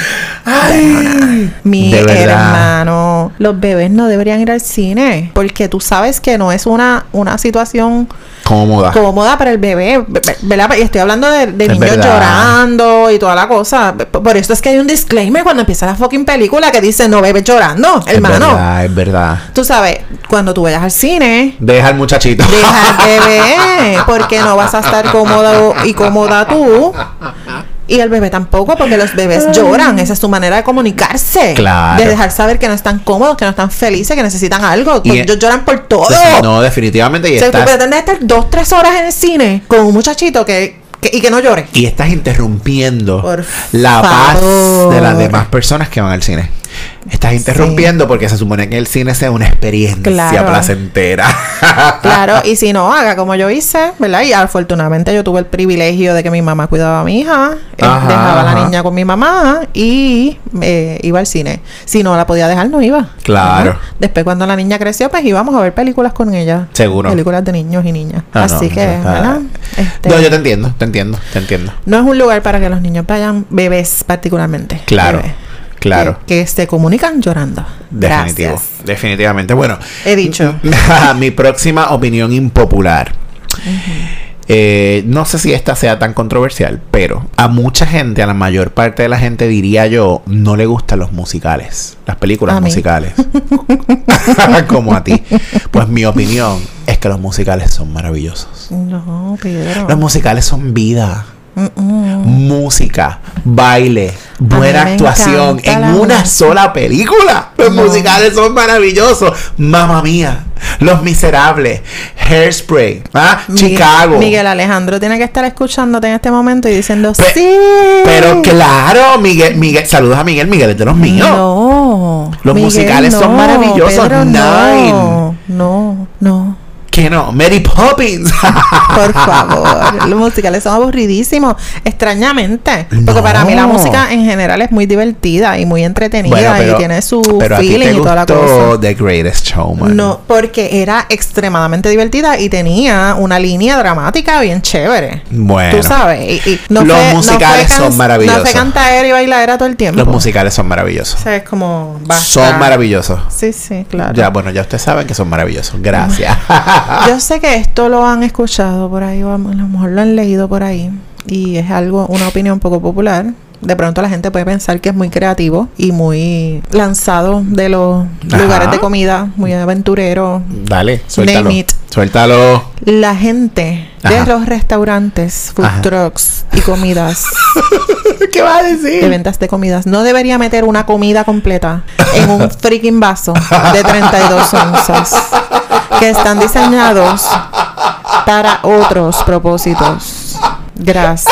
A: Ay.
B: Mi
A: De verdad.
B: hermano como los bebés no deberían ir al cine, porque tú sabes que no es una, una situación
A: Cómoda.
B: cómoda para el bebé, ve- ve- ¿verdad? Y estoy hablando de, de
A: Es
B: niños
A: verdad.
B: llorando y toda la cosa. P- Por eso es que hay un disclaimer cuando empieza la fucking película que dice no bebes llorando, hermano.
A: Es verdad, es verdad.
B: Tú sabes, cuando tú vayas al cine,
A: Deja al muchachito.
B: deja al bebé, porque no vas a estar cómodo y cómoda tú. Y el bebé tampoco, porque los bebés lloran. Esa es su manera de comunicarse.
A: Claro.
B: De dejar saber que no están cómodos, que no están felices, que necesitan algo. Pues,
A: Y- e
B: Ellos lloran por todo.
A: No, definitivamente. Y
B: O sea, tú
A: estás,
B: pretendes estar dos, tres horas en el cine con un muchachito que, que- y que no llore.
A: y estás interrumpiendo
B: Por
A: la paz
B: favor.
A: de las demás personas que van al cine. Estás interrumpiendo porque se supone que el cine sea una experiencia
B: Claro.
A: placentera.
B: Claro, y si no, haga como yo hice, ¿verdad? Y afortunadamente yo tuve el privilegio de que mi mamá cuidaba a mi hija, eh,
A: Ajá,
B: dejaba a
A: ajá.
B: la niña con mi mamá y eh, iba al cine. Si no la podía dejar, no iba.
A: Claro.
B: Ajá. Después cuando la niña creció, pues íbamos a ver películas con ella.
A: Seguro.
B: Películas de niños y niñas.
A: Ah, no,
B: Así que,
A: está-
B: ¿verdad? Este,
A: No, yo te entiendo, te entiendo, te entiendo.
B: no es un lugar para que los niños vayan, bebés particularmente.
A: Claro,
B: Bebés,
A: claro.
B: Que, que se comunican llorando.
A: Definitivo, Mm,
B: Gracias.
A: definitivamente. Bueno,
B: He dicho.
A: Ah, mi próxima opinión impopular. Eh, no sé si esta sea tan controversial, pero a mucha gente, a la mayor parte de la gente, diría yo, no le gustan los musicales, las películas
B: A mí.
A: musicales, como a ti. Pues mi opinión es que los musicales son maravillosos.
B: No, Pedro.
A: Los musicales son vida
B: Mm-mm.
A: música, baile, buena
B: A mí me
A: actuación
B: encanta
A: en
B: la
A: una
B: música.
A: sola película. Los
B: No.
A: musicales son maravillosos. Mamma mía, Los Miserables, Hairspray, ¿ah?
B: Miguel-
A: Chicago.
B: Miguel Alejandro tiene que estar escuchándote en este momento y diciendo
A: Pe-
B: sí.
A: Pero claro, Miguel, Miguel, saludos a Miguel, Miguel es de los míos.
B: No.
A: Los musicales son maravillosos,
B: Pedro,
A: Nine.
B: no, no, no.
A: Que no, Mary Poppins.
B: Por favor. los musicales son aburridísimos, extrañamente. Porque
A: No.
B: para mí la música en general es muy divertida y muy entretenida
A: Bueno,
B: y tiene su
A: pero a ti
B: feeling
A: te
B: y toda la
A: gustó
B: cosa.
A: The Greatest Showman.
B: No, porque era extremadamente divertida y tenía una línea dramática bien chévere.
A: Bueno.
B: Tú sabes, y, y no
A: Los
B: fue- no
A: musicales
B: fue can-
A: son maravillosos.
B: No fue cantadera y bailadera todo el tiempo.
A: Los musicales son maravillosos.
B: O sea, es como basta.
A: Son maravillosos.
B: Sí, sí, claro.
A: Ya, bueno, ya ustedes saben que son maravillosos. Gracias.
B: Yo sé que esto lo han escuchado por ahí, o a lo mejor lo han leído por ahí, y es algo, una opinión poco popular. De pronto la gente puede pensar que es muy creativo y muy lanzado de los
A: Ajá.
B: lugares de comida, muy aventurero.
A: Dale, suéltalo.
B: Name it.
A: Suéltalo.
B: La gente
A: Ajá.
B: de los restaurantes, food
A: Ajá.
B: trucks y comidas
A: ¿Qué vas a
B: de
A: decir?
B: ventas de comidas. No debería meter una comida completa en un freaking vaso de 32 onzas que están diseñados para otros propósitos. Gracias.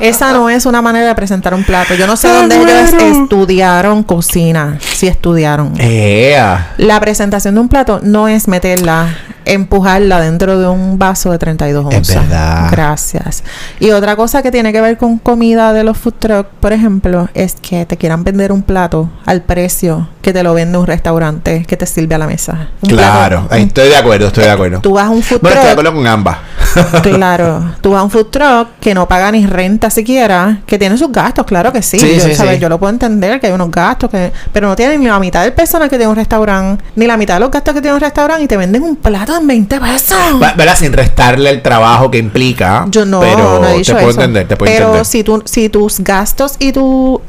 B: Esa no es una manera de presentar un plato. Yo no sé
A: Me
B: dónde ellos
A: muero.
B: estudiaron cocina, si estudiaron.
A: Ea.
B: La presentación de un plato no es meterla, empujarla dentro de un vaso de 32
A: Es
B: onzas.
A: verdad.
B: Gracias. Y otra cosa que tiene que ver con comida de los food truck, por ejemplo, es que te quieran vender un plato al precio que te lo vende un restaurante que te sirve a la mesa. Un
A: Claro,
B: plato-
A: ahí estoy de acuerdo, estoy de acuerdo.
B: tú vas a un food
A: Bueno, estoy de
B: truck
A: acuerdo con ambas.
B: Claro, tú vas a un food truck que no paga ni renta siquiera, que tiene sus gastos, claro que sí.
A: Sí,
B: yo,
A: sí,
B: ¿sabes?
A: sí.
B: yo lo puedo entender que hay unos gastos, que, pero no tienen ni la mitad del personal que tiene un restaurante, ni la mitad de los gastos que tiene un restaurante y te venden un plato en 20 pesos.
A: Va- ¿Verdad? Sin restarle el trabajo que implica.
B: Yo no,
A: pero
B: no he dicho
A: te puedo
B: eso.
A: entender, te puedo
B: pero
A: entender.
B: si tú, si tus gastos y tu,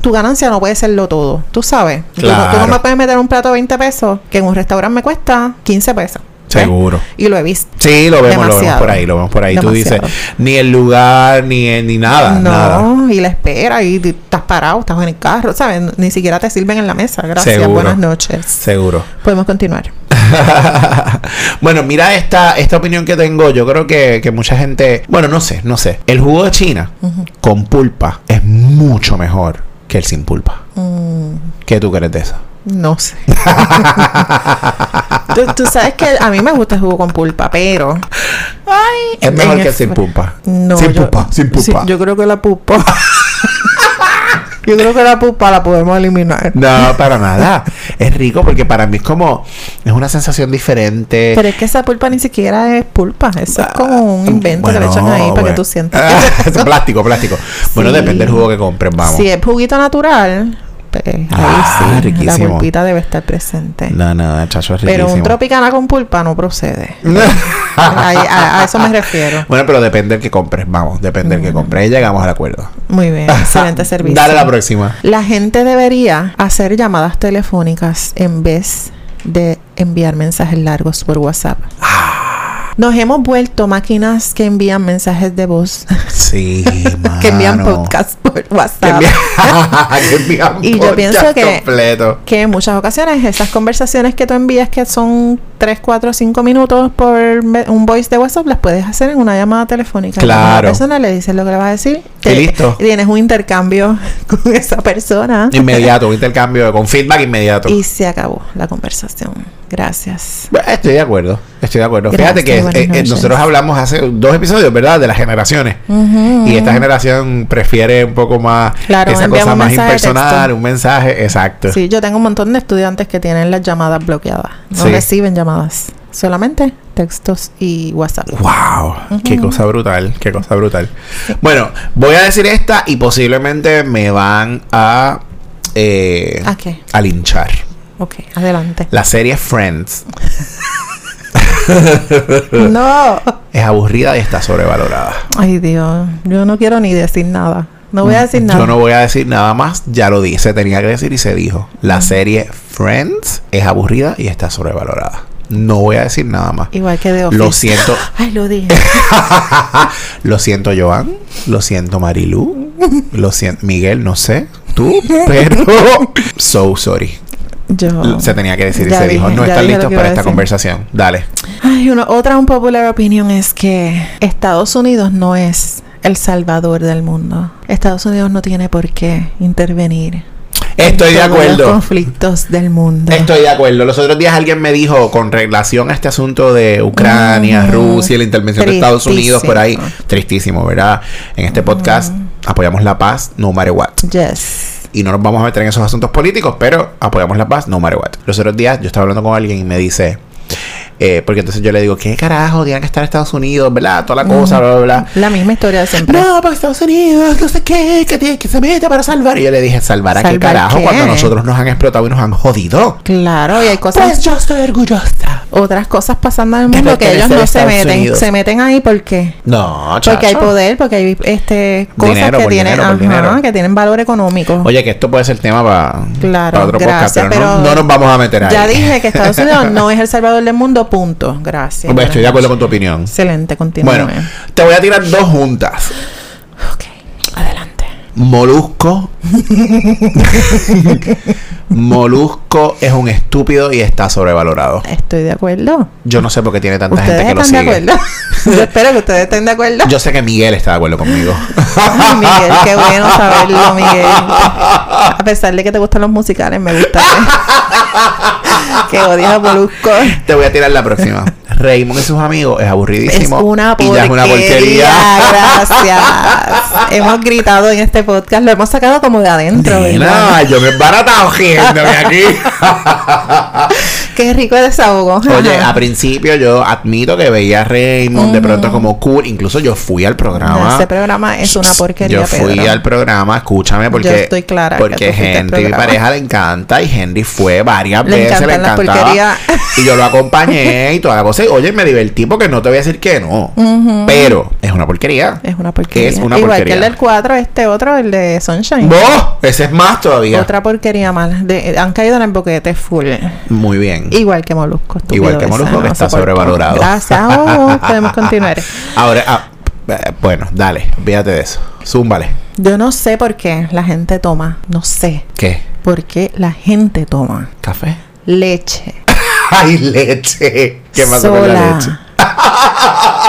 B: tu ganancia no puede serlo todo, tú sabes. Tú no- Tú, no
A: Claro.
B: me puedes meter un plato de 20 pesos que en un restaurante me cuesta 15 pesos. ¿ves?
A: Seguro.
B: Y lo he visto.
A: Sí, lo vemos, lo vemos
B: Demasiado.
A: por ahí, lo vemos por ahí. Tú
B: Demasiado.
A: dices, ni el lugar, ni, ni nada,
B: no,
A: nada.
B: y la espera, y t- estás parado, estás en el carro, ¿sabes? Ni siquiera te sirven en la mesa. Gracias,
A: Seguro.
B: buenas noches.
A: Seguro.
B: Podemos continuar.
A: bueno, mira esta, esta opinión que tengo. Yo creo que, que mucha gente. Bueno, no sé, no sé. El jugo de China con pulpa es mucho mejor que el sin pulpa.
B: Mm,
A: ¿Qué tú crees de eso?
B: no sé. tú, tú sabes que a mí me gusta el jugo con pulpa, pero. Ay,
A: Es mejor
B: en
A: que el
B: el-
A: sin pulpa.
B: No,
A: sin
B: yo-
A: pulpa, sin
B: sí,
A: pulpa.
B: yo creo que la pulpa. yo creo que la pulpa la podemos eliminar.
A: No, para nada. Es rico porque para mí es como. Es una sensación diferente.
B: Pero es que esa pulpa ni siquiera es pulpa. Eso es
A: Ah,
B: como un invento que le echan ahí para que tú sientas.
A: es plástico, plástico. Bueno,
B: Sí.
A: depende del jugo que compres, vamos.
B: Si es juguito natural, pues, ahí
A: Ah,
B: sí, la
A: riquísimo.
B: pulpita debe estar presente.
A: No, no, chacho, es
B: Pero un
A: riquísimo.
B: tropicana con pulpa no procede. Ahí- a, a eso me refiero.
A: Bueno, pero depende del que compres, vamos, depende del que compres. Ahí Llegamos al acuerdo.
B: Muy bien, excelente servicio.
A: Dale a la próxima.
B: La gente debería hacer llamadas telefónicas en vez de enviar mensajes largos por WhatsApp.
A: Ah.
B: Nos hemos vuelto máquinas que envían mensajes de voz,
A: Sí,
B: que envían
A: mano.
B: podcasts por
A: Que
B: WhatsApp.
A: envían, que envían
B: Y yo
A: podcast
B: pienso que-
A: completo.
B: que en muchas ocasiones esas conversaciones que tú envías que son 3, 4, 5 minutos por me- un voice de WhatsApp las puedes hacer en una llamada telefónica.
A: Claro.
B: A la persona le dices lo que le vas a decir.
A: Y listo.
B: Tienes un intercambio con esa persona.
A: Inmediato, un intercambio con feedback inmediato.
B: Y se acabó la conversación. Gracias.
A: Bueno, Estoy de acuerdo, estoy de acuerdo.
B: Gracias,
A: Fíjate que
B: buenas
A: eh, eh,
B: noches.
A: nosotros hablamos hace dos episodios, ¿verdad? De las generaciones. Y esta generación prefiere un poco más
B: Claro,
A: esa
B: enviamos
A: cosa
B: un
A: más
B: mensaje de
A: impersonal,
B: texto.
A: un mensaje, exacto.
B: Sí, yo tengo un montón de estudiantes que tienen las llamadas bloqueadas. No
A: Sí.
B: reciben llamadas. Solamente textos y WhatsApp.
A: Wow, qué cosa brutal, qué cosa brutal. Bueno, voy a decir esta y posiblemente me van a eh,
B: ¿A Ah, qué?
A: a linchar.
B: Ok, adelante.
A: La serie Friends
B: no.
A: es aburrida y está sobrevalorada.
B: Ay, Dios. Yo no quiero ni decir nada. No voy a decir nada.
A: Mm, Yo no voy a decir nada más, ya lo dije, se tenía que decir y se dijo. La serie Friends es aburrida y está sobrevalorada. No voy a decir nada más.
B: Igual que de Office.
A: Lo siento,
B: Ay, lo dije.
A: lo siento Joan, lo siento Marilu, lo siento Miguel, no sé, tú, pero so sorry.
B: Yo.
A: Se tenía que decir y
B: Oh. Ya
A: se dijo,
B: dije,
A: no
B: ya
A: están
B: dije lo
A: listos
B: que iba
A: para
B: a
A: esta
B: decir.
A: conversación. Dale.
B: Ay, una, otra un popular opinión es que Estados Unidos no es el salvador del mundo. Estados Unidos no tiene por qué intervenir.
A: Estoy de
B: en todos Los
A: acuerdo.
B: conflictos del mundo.
A: Estoy de acuerdo. Los otros días alguien me dijo con relación a este asunto de Ucrania,
B: Ujú.
A: Rusia, la intervención de Estados Unidos por ahí.
B: Mm. Tristísimo. Mm.
A: Tristísimo, ¿verdad? En este podcast apoyamos la paz, no matter what.
B: Yes.
A: Y no nos vamos a meter en esos asuntos políticos, pero apoyamos la paz, no matter what. Los otros días yo estaba hablando con alguien y me dice, eh, porque entonces yo le digo, ¿qué carajo? Tienen que estar Estados Unidos, ¿verdad? Toda la cosa, bla, bla, bla.
B: La misma historia de siempre.
A: No, porque Estados Unidos, no sé qué, que tiene que se mete para salvar. Y yo le dije, ¿salvar a qué
B: ¿Salvar
A: carajo
B: qué?
A: cuando nosotros nos han explotado y nos han jodido? Pues
B: Claro, y hay cosas,
A: yo estoy orgullosa.
B: otras cosas pasando en el
A: Que
B: mundo que ellos
A: pertenece a
B: no se
A: Estados
B: meten.
A: Unidos.
B: Se meten ahí porque
A: No, chacho.
B: porque hay poder, porque hay este cosas
A: Dinero,
B: que
A: por
B: tienen,
A: dinero, por
B: ajá,
A: dinero.
B: que tienen valor económico.
A: Oye, que esto puede ser tema para
B: Claro,
A: otro podcast,
B: gracias,
A: pero, no- no,
B: pero-
A: nos vamos a meter ahí.
B: ya dije que Estados Unidos no es el salvador del mundo, punto. Gracias.
A: Hombre, Pues estoy de
B: Buenas
A: acuerdo con tu opinión.
B: noches. Excelente, continúe.
A: Bueno, te voy a tirar dos juntas.
B: Ok, adelante.
A: Molusco. Molusco es un estúpido y está sobrevalorado.
B: Estoy de acuerdo.
A: Yo no sé por qué tiene tanta
B: Ustedes
A: gente que lo
B: están de
A: sigue.
B: acuerdo. Yo espero que ustedes estén de acuerdo.
A: Yo sé que Miguel está de acuerdo conmigo.
B: Ay, Miguel, qué bueno saberlo, Miguel. A pesar de que te gustan los musicales, me gusta que, que odias a Molusco.
A: Te voy a tirar la próxima. Raymond y sus amigos es
B: Es
A: aburridísimo.
B: una
A: y ya
B: porquería.
A: es una porquería.
B: Gracias. Hemos gritado en este podcast, lo hemos sacado como de adentro, ¿verdad?
A: Nena, yo me embaratado riéndome aquí.
B: Qué rico el desahogo.
A: Oye,
B: Ajá.
A: a principio yo admito que veía a Raymond de pronto como cool. Incluso yo fui al programa.
B: Este programa es una porquería,
A: Yo fui
B: Pedro.
A: al programa, escúchame, porque,
B: Yo estoy clara que
A: porque
B: tú fuiste al
A: Henry, mi
B: programa.
A: pareja, le encanta y Henry fue varias
B: Le
A: veces, le
B: encantan las
A: encantaba.
B: porquerías.
A: Y yo lo acompañé y toda la cosa. Y, oye, me divertí porque no te voy a decir que no.
B: Mm.
A: Pero es una porquería.
B: Es una porquería.
A: Es una
B: Igual que
A: porquería.
B: el del 4, este otro, el de Sunshine.
A: ¡Vos! Ese es más todavía.
B: Otra porquería más. De- han caído en el boquete full.
A: Muy bien.
B: Igual que Molusco. estúpido
A: Igual que
B: ese,
A: Molusco, que está
B: sé por qué.
A: sobrevalorado.
B: Gracias. Oh, podemos continuar.
A: Ahora, ah, eh, bueno, dale, fíjate de eso. Zúmbale.
B: Yo no sé por qué la gente toma. No sé
A: ¿Qué?
B: por qué la gente toma
A: ¿Café?
B: leche
A: ¡Ay, leche! ¿Qué más con la
B: sola.
A: leche?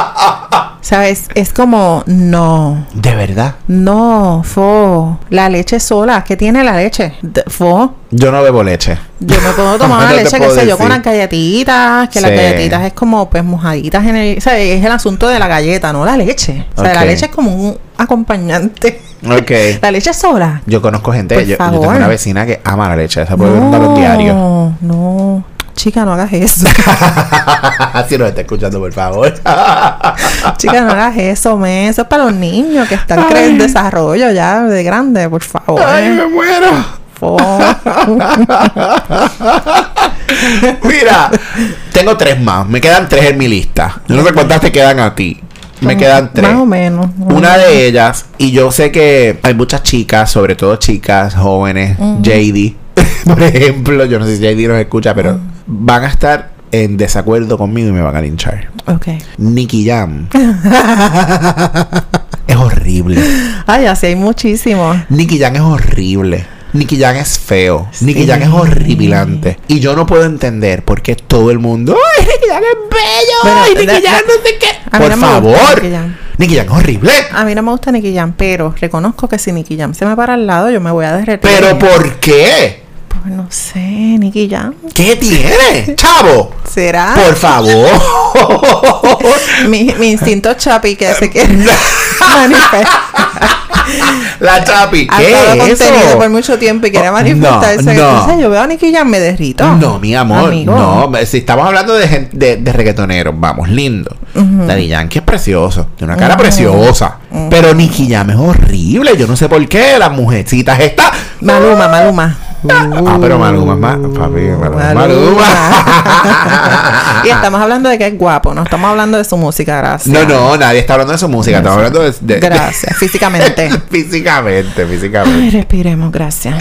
B: ¿Sabes? Es como, no.
A: De verdad.
B: No, fo. La leche sola. ¿Qué tiene la leche? D- Fo.
A: Yo no bebo leche.
B: Yo me puedo tomar
A: No
B: la
A: te
B: leche, qué
A: puedo
B: sé yo, con
A: decir.
B: las galletitas, que las
A: Sí.
B: galletitas es como pues mojaditas en el, ¿sabes? Es el asunto de la galleta, no la leche. O sea, la
A: Ok.
B: leche es como un acompañante.
A: Ok.
B: La leche sola.
A: Yo conozco gente,
B: Por
A: yo, yo tengo
B: favor.
A: una vecina que ama la leche, esa puede ver un balón diario.
B: No, no. Chica, no hagas eso.
A: si nos está escuchando, por favor.
B: Chica, no hagas eso, me. Eso es para los niños que están
A: Ay.
B: cre- en desarrollo ya de grande, por favor.
A: Ay, me muero.
B: zafó.
A: Mira, tengo tres más. Me quedan tres en mi lista. Yo no sé cuántas te quedan a ti. Me quedan tres.
B: Más o menos.
A: Una de ellas, y yo sé que hay muchas chicas, sobre todo chicas jóvenes, JD, por ejemplo, yo no sé si JD nos escucha, pero van a estar en desacuerdo conmigo y me van a linchar.
B: Ok.
A: Nicky Jam. es horrible.
B: Ay, así hay muchísimos.
A: Nicky Jam es horrible. Nicky Jam es feo. Nicky Jam es horripilante. Y yo no puedo entender por qué todo el mundo. ¡Ay, Nicky Jam es bello!
B: Bueno,
A: ¡Ay, Nicky
B: de-
A: Jam no sé
B: A
A: qué!
B: mí
A: Por
B: no me gusta
A: favor.
B: Nicky Jam.
A: Nicky Jam es horrible.
B: A mí no me gusta Nicky Jam, pero reconozco que si Nicky Jam se me para al lado, yo me voy a derretir.
A: ¿Pero por qué?
B: Pues no sé, Nicky Jam.
A: ¿Qué tiene? ¡Chavo!
B: ¿Será?
A: Por favor.
B: mi, mi instinto chapi que se que manifestar.
A: La Chapi.
B: Ha
A: ¿Qué
B: estado
A: es
B: contenido
A: eso?
B: por mucho tiempo y quiere
A: Oh,
B: manifestarse.
A: no, no.
B: Entonces yo veo a Nicky Jam, me derrito.
A: No, mi amor.
B: Amigo.
A: No, me- si estamos hablando de, gen- de, de reggaetoneros, vamos, lindo. Daddy Yankee es precioso. Tiene una cara preciosa. Pero Nicky Jam es horrible. Yo no sé por qué. Las mujercitas están.
B: Maluma, Uh. Maluma.
A: Ah, pero Maluma es más. Papi, Maluma. es Maluma.
B: y estamos hablando de que es guapo, no estamos hablando de su música, gracias.
A: No, no, nadie está hablando de su música. Estamos hablando de. de- de-
B: Gracias, físicamente.
A: físicamente, físicamente.
B: Ay, respiremos, gracias.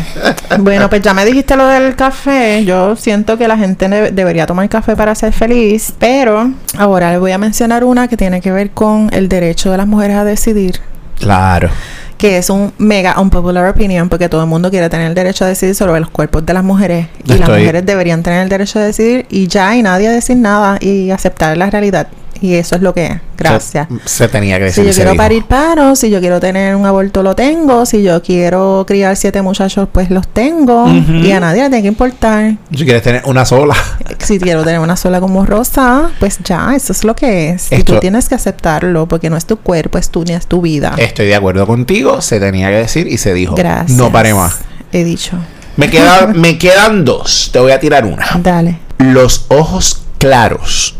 B: Bueno, pues ya me dijiste lo del café. Yo siento que la gente deb- debería tomar café para ser feliz, pero ahora les voy a mencionar una que tiene que ver con el derecho de las mujeres a decidir,
A: Claro.
B: que es un mega unpopular opinion porque todo el mundo quiere tener el derecho a decidir sobre los cuerpos de las mujeres y las
A: Estoy-
B: mujeres deberían tener el derecho a decidir y ya y nadie a decir nada y aceptar la realidad y eso es lo que es. Gracias.
A: Se, se tenía que decir.
B: Si yo
A: se
B: quiero
A: dijo.
B: parir, paro. Si yo quiero tener un aborto, lo tengo. Si yo quiero criar siete muchachos, pues los tengo.
A: Ujú.
B: Y a nadie le tiene que importar.
A: Si quieres tener una sola.
B: Si quiero tener una sola como rosa, pues ya, eso es lo que es. Y
A: Esto-
B: tú tienes que aceptarlo porque no es tu cuerpo, es tu, ni es tu vida.
A: Estoy de acuerdo contigo. Se tenía que decir y se dijo.
B: Gracias.
A: No paré más.
B: He dicho.
A: Me, queda- me quedan dos. Te voy a tirar una.
B: Dale.
A: Los ojos claros.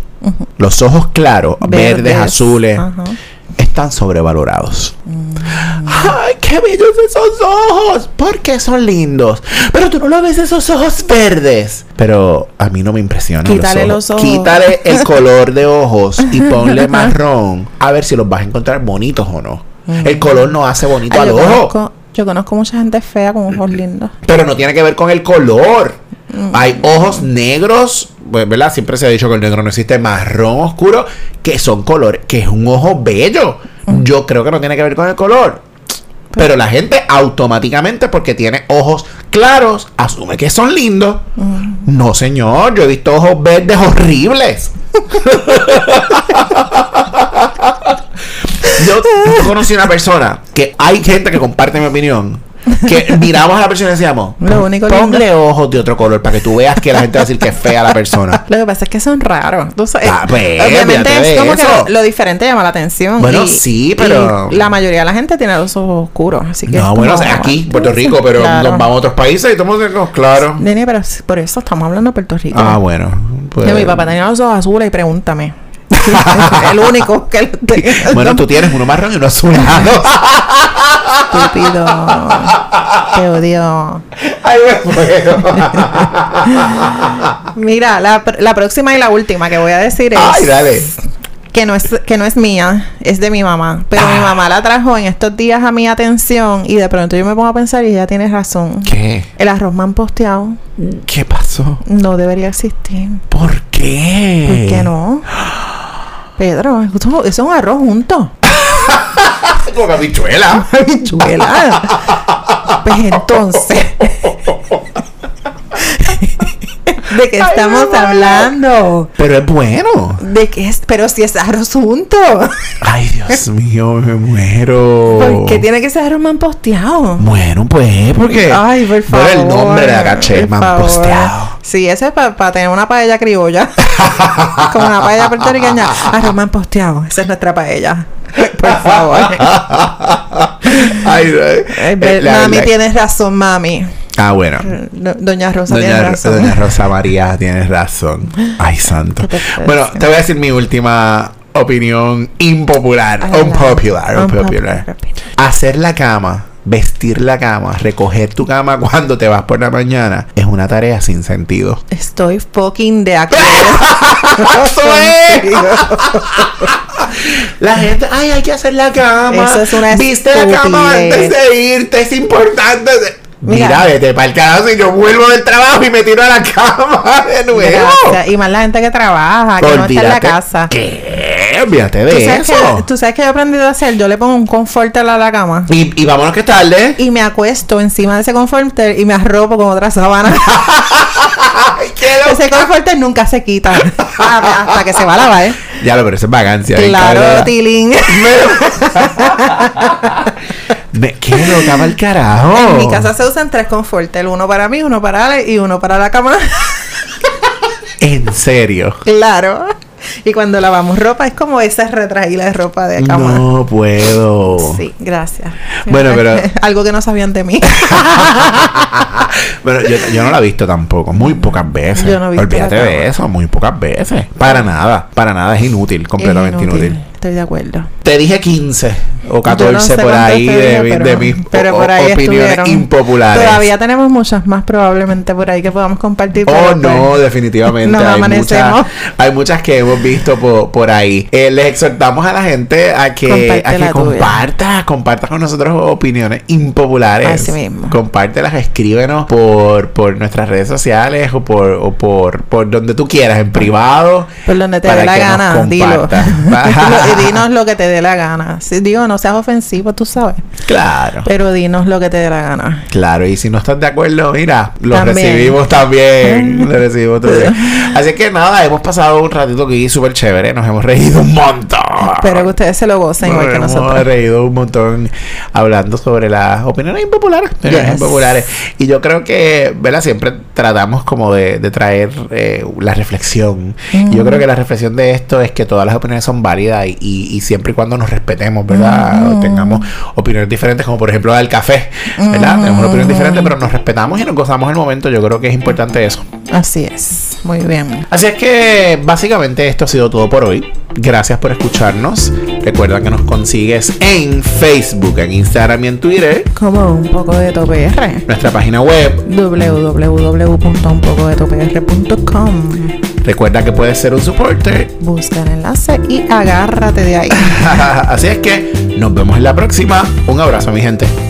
A: Los ojos claros, verdes, azules,
B: Ajá.
A: están sobrevalorados. ¡Ay, qué bellos esos ojos! ¿Por qué son lindos? Pero tú no lo ves esos ojos verdes. Pero a mí no me impresionan
B: Quítale los ojos.
A: Quítale el color de ojos y ponle marrón. A ver si los vas a encontrar bonitos o no. El color no hace bonito
B: Ay,
A: al
B: yo,
A: ojo.
B: conozco, yo conozco mucha gente fea con ojos lindos.
A: Pero no tiene que ver con el color. Hay ojos negros, pues, ¿verdad? Siempre se ha dicho que el negro no existe, marrón oscuro, que son color, que es un ojo bello. Yo creo que no tiene que ver con el color. Pero la gente automáticamente, porque tiene ojos claros, asume que son lindos.
B: Mm.
A: No, señor, yo he visto ojos verdes horribles. Yo, yo conocí una persona que hay gente que comparte mi opinión. Que miramos a la persona y decíamos,
B: Lo único
A: ponle ojos de otro color para que tú veas que la gente va a decir que es fea la persona.
B: Lo que pasa es que son raros. Tú sabes,
A: Ah, pues, olvídate
B: obviamente
A: de
B: es como que
A: eso.
B: lo, lo diferente llama la atención.
A: Bueno, sí, pero-
B: y la mayoría de la gente tiene los ojos oscuros. Así que es
A: No,
B: como-
A: bueno, o sea, aquí, Puerto Rico, pero
B: Claro.
A: nos vamos a otros países y tomamos claro.
B: Nene, pero es- por eso estamos hablando de Puerto Rico.
A: Ah, bueno. pues-
B: Que mi papá tenía los ojos azules y pregúntame. el único que lo tenía.
A: Bueno, tú tienes uno marrón y uno azulado.
B: Estúpido. Te odio.
A: Ay, me muero.
B: Mira, la, pr- la próxima y la última que voy a decir es...
A: Ay, dale.
B: que no es que no es mía, es de mi mamá, pero
A: Ah.
B: mi mamá la trajo en estos días a mi atención y de pronto yo me pongo a pensar y ella tiene razón.
A: ¿Qué?
B: El arroz mamposteado
A: ¿Qué pasó?
B: no debería existir.
A: ¿Por qué?
B: ¿Por qué no? Pedro, eso eso es un arroz junto.
A: Con habichuela.
B: Chulada. Pues entonces. ¿De qué estamos hablando?
A: Pero es bueno.
B: ¿De qué es? Pero si es arroz junto.
A: Ay, Dios mío, me muero.
B: ¿Por qué tiene que ser arroz mamposteado?
A: Bueno, pues, porque.
B: Ay, por favor.
A: Bueno, el nombre de la caché,
B: por
A: man
B: favor.
A: posteado.
B: Sí, ese es para tener una paella criolla. Como una paella puertorriqueña. Arroz man posteado. Esa es nuestra paella. Por favor.
A: Ay, ay,
B: Eh,
A: eh, la
B: mami,
A: verdad-
B: tienes razón, mami.
A: Ah, bueno.
B: Do- Doña Rosa tiene
A: Doña,
B: razón.
A: Doña Rosa María, tienes razón. Ay, santo.
B: ¿Qué te puedo
A: Bueno,
B: decir?
A: te voy a decir mi última opinión impopular.
B: Adelante.
A: Unpopular,
B: Ah, Unpopular,
A: unpopular.
B: unpopular.
A: Hacer la cama vestir la cama, recoger tu cama cuando te vas por la mañana, es una tarea sin sentido.
B: Estoy fucking de acuerdo.
A: ¡Eso es! La gente, ay, hay que hacer la cama.
B: Eso es una
A: Viste la cama antes
B: estupidez.
A: de irte, es importante. Mira,
B: Mira.
A: vete para el carajo si yo vuelvo del trabajo y me tiro a la cama de nuevo.
B: Gracias. Y más la gente que trabaja, que no está en la
A: Olvídate.
B: casa.
A: ¿Qué? Olvídate
B: ¿Tú
A: de
B: sabes,
A: eso.
B: que, tú sabes que yo he aprendido a hacer, yo le pongo un comforter a la cama
A: Y, y vámonos que es tarde.
B: y me acuesto encima de ese comforter y me arropo con otra sábana.
A: Ay, qué loco.
B: ese comforter nunca se quita hasta que se va a lavar. ¿eh?
A: Ya lo, pero eso es vagancia. bien
B: Claro,
A: cabrona.
B: Tilín.
A: Me, ¿Qué loca va el carajo?
B: En mi casa se usan tres comforters, uno para mí, uno para Ale y uno para la cama.
A: En serio.
B: claro. Y cuando lavamos ropa es como esa retraída de ropa de cama.
A: No puedo.
B: Sí, gracias.
A: Bueno, pero-
B: Algo que no sabían de mí.
A: Pero yo, yo no la he visto tampoco, muy pocas veces.
B: Yo no he visto
A: Olvídate
B: la
A: de
B: cama.
A: eso, muy pocas veces. Para nada, para nada, es inútil, completamente
B: Es
A: inútil.
B: Estoy de acuerdo.
A: Te dije 15 o
B: Yo no
A: 14
B: sé
A: por
B: cuántas
A: ahí
B: te
A: de,
B: dije,
A: mi-
B: pero-
A: de mis
B: pero
A: o-
B: por
A: o-
B: ahí
A: opiniones
B: estuvieron.
A: impopulares.
B: Todavía tenemos muchas más probablemente por ahí que podamos compartir.
A: Oh,
B: pero,
A: no,
B: pues,
A: definitivamente.
B: Nos
A: hay,
B: amanecemos.
A: muchas, hay muchas que hemos visto por, por ahí. Eh, les exhortamos a la gente a que,
B: Comparte
A: a que
B: la tuya.
A: comparta, comparta con nosotros opiniones impopulares.
B: Así mismo.
A: Compártelas, escríbenos por, por nuestras redes sociales o por, o por, por donde tú quieras, en privado.
B: Por donde te
A: para
B: dé la
A: que nos
B: gana, dilo.
A: compartas.
B: Lo- y dinos lo que te dé la gana. Si, digo, no seas ofensivo, tú sabes.
A: Claro.
B: Pero dinos lo que te dé la gana.
A: Claro, y si no estás de acuerdo, mira, lo
B: También.
A: recibimos también. lo recibimos también. Así que nada, hemos pasado un ratito aquí súper chévere, nos hemos reído un montón.
B: Espero que ustedes se lo gocen igual que
A: nos
B: nosotros.
A: hemos reído un montón hablando sobre las opiniones impopulares. opiniones
B: Yes.
A: impopulares. Y yo creo que, ¿verdad? Siempre tratamos como de, de traer eh, la reflexión. Y Yo creo que la reflexión de esto es que todas las opiniones son válidas y, y- y siempre y cuando nos respetemos, ¿verdad? O Tengamos opiniones diferentes, como por ejemplo la del café, ¿verdad? Tenemos una opinión diferente, pero nos respetamos y nos gozamos el momento. Yo creo que es importante eso.
B: Así es. Muy bien.
A: Así es que básicamente esto ha sido todo por hoy. Gracias por escucharnos. Recuerda que nos consigues en Facebook, en Instagram y en Twitter.
B: Como un poco de tope R.
A: Nuestra página web.
B: www.unpocodetopr.com
A: Recuerda que puedes ser un supporter.
B: Busca el enlace y agárrate de ahí.
A: Así es que nos vemos en la próxima. Un abrazo, mi gente.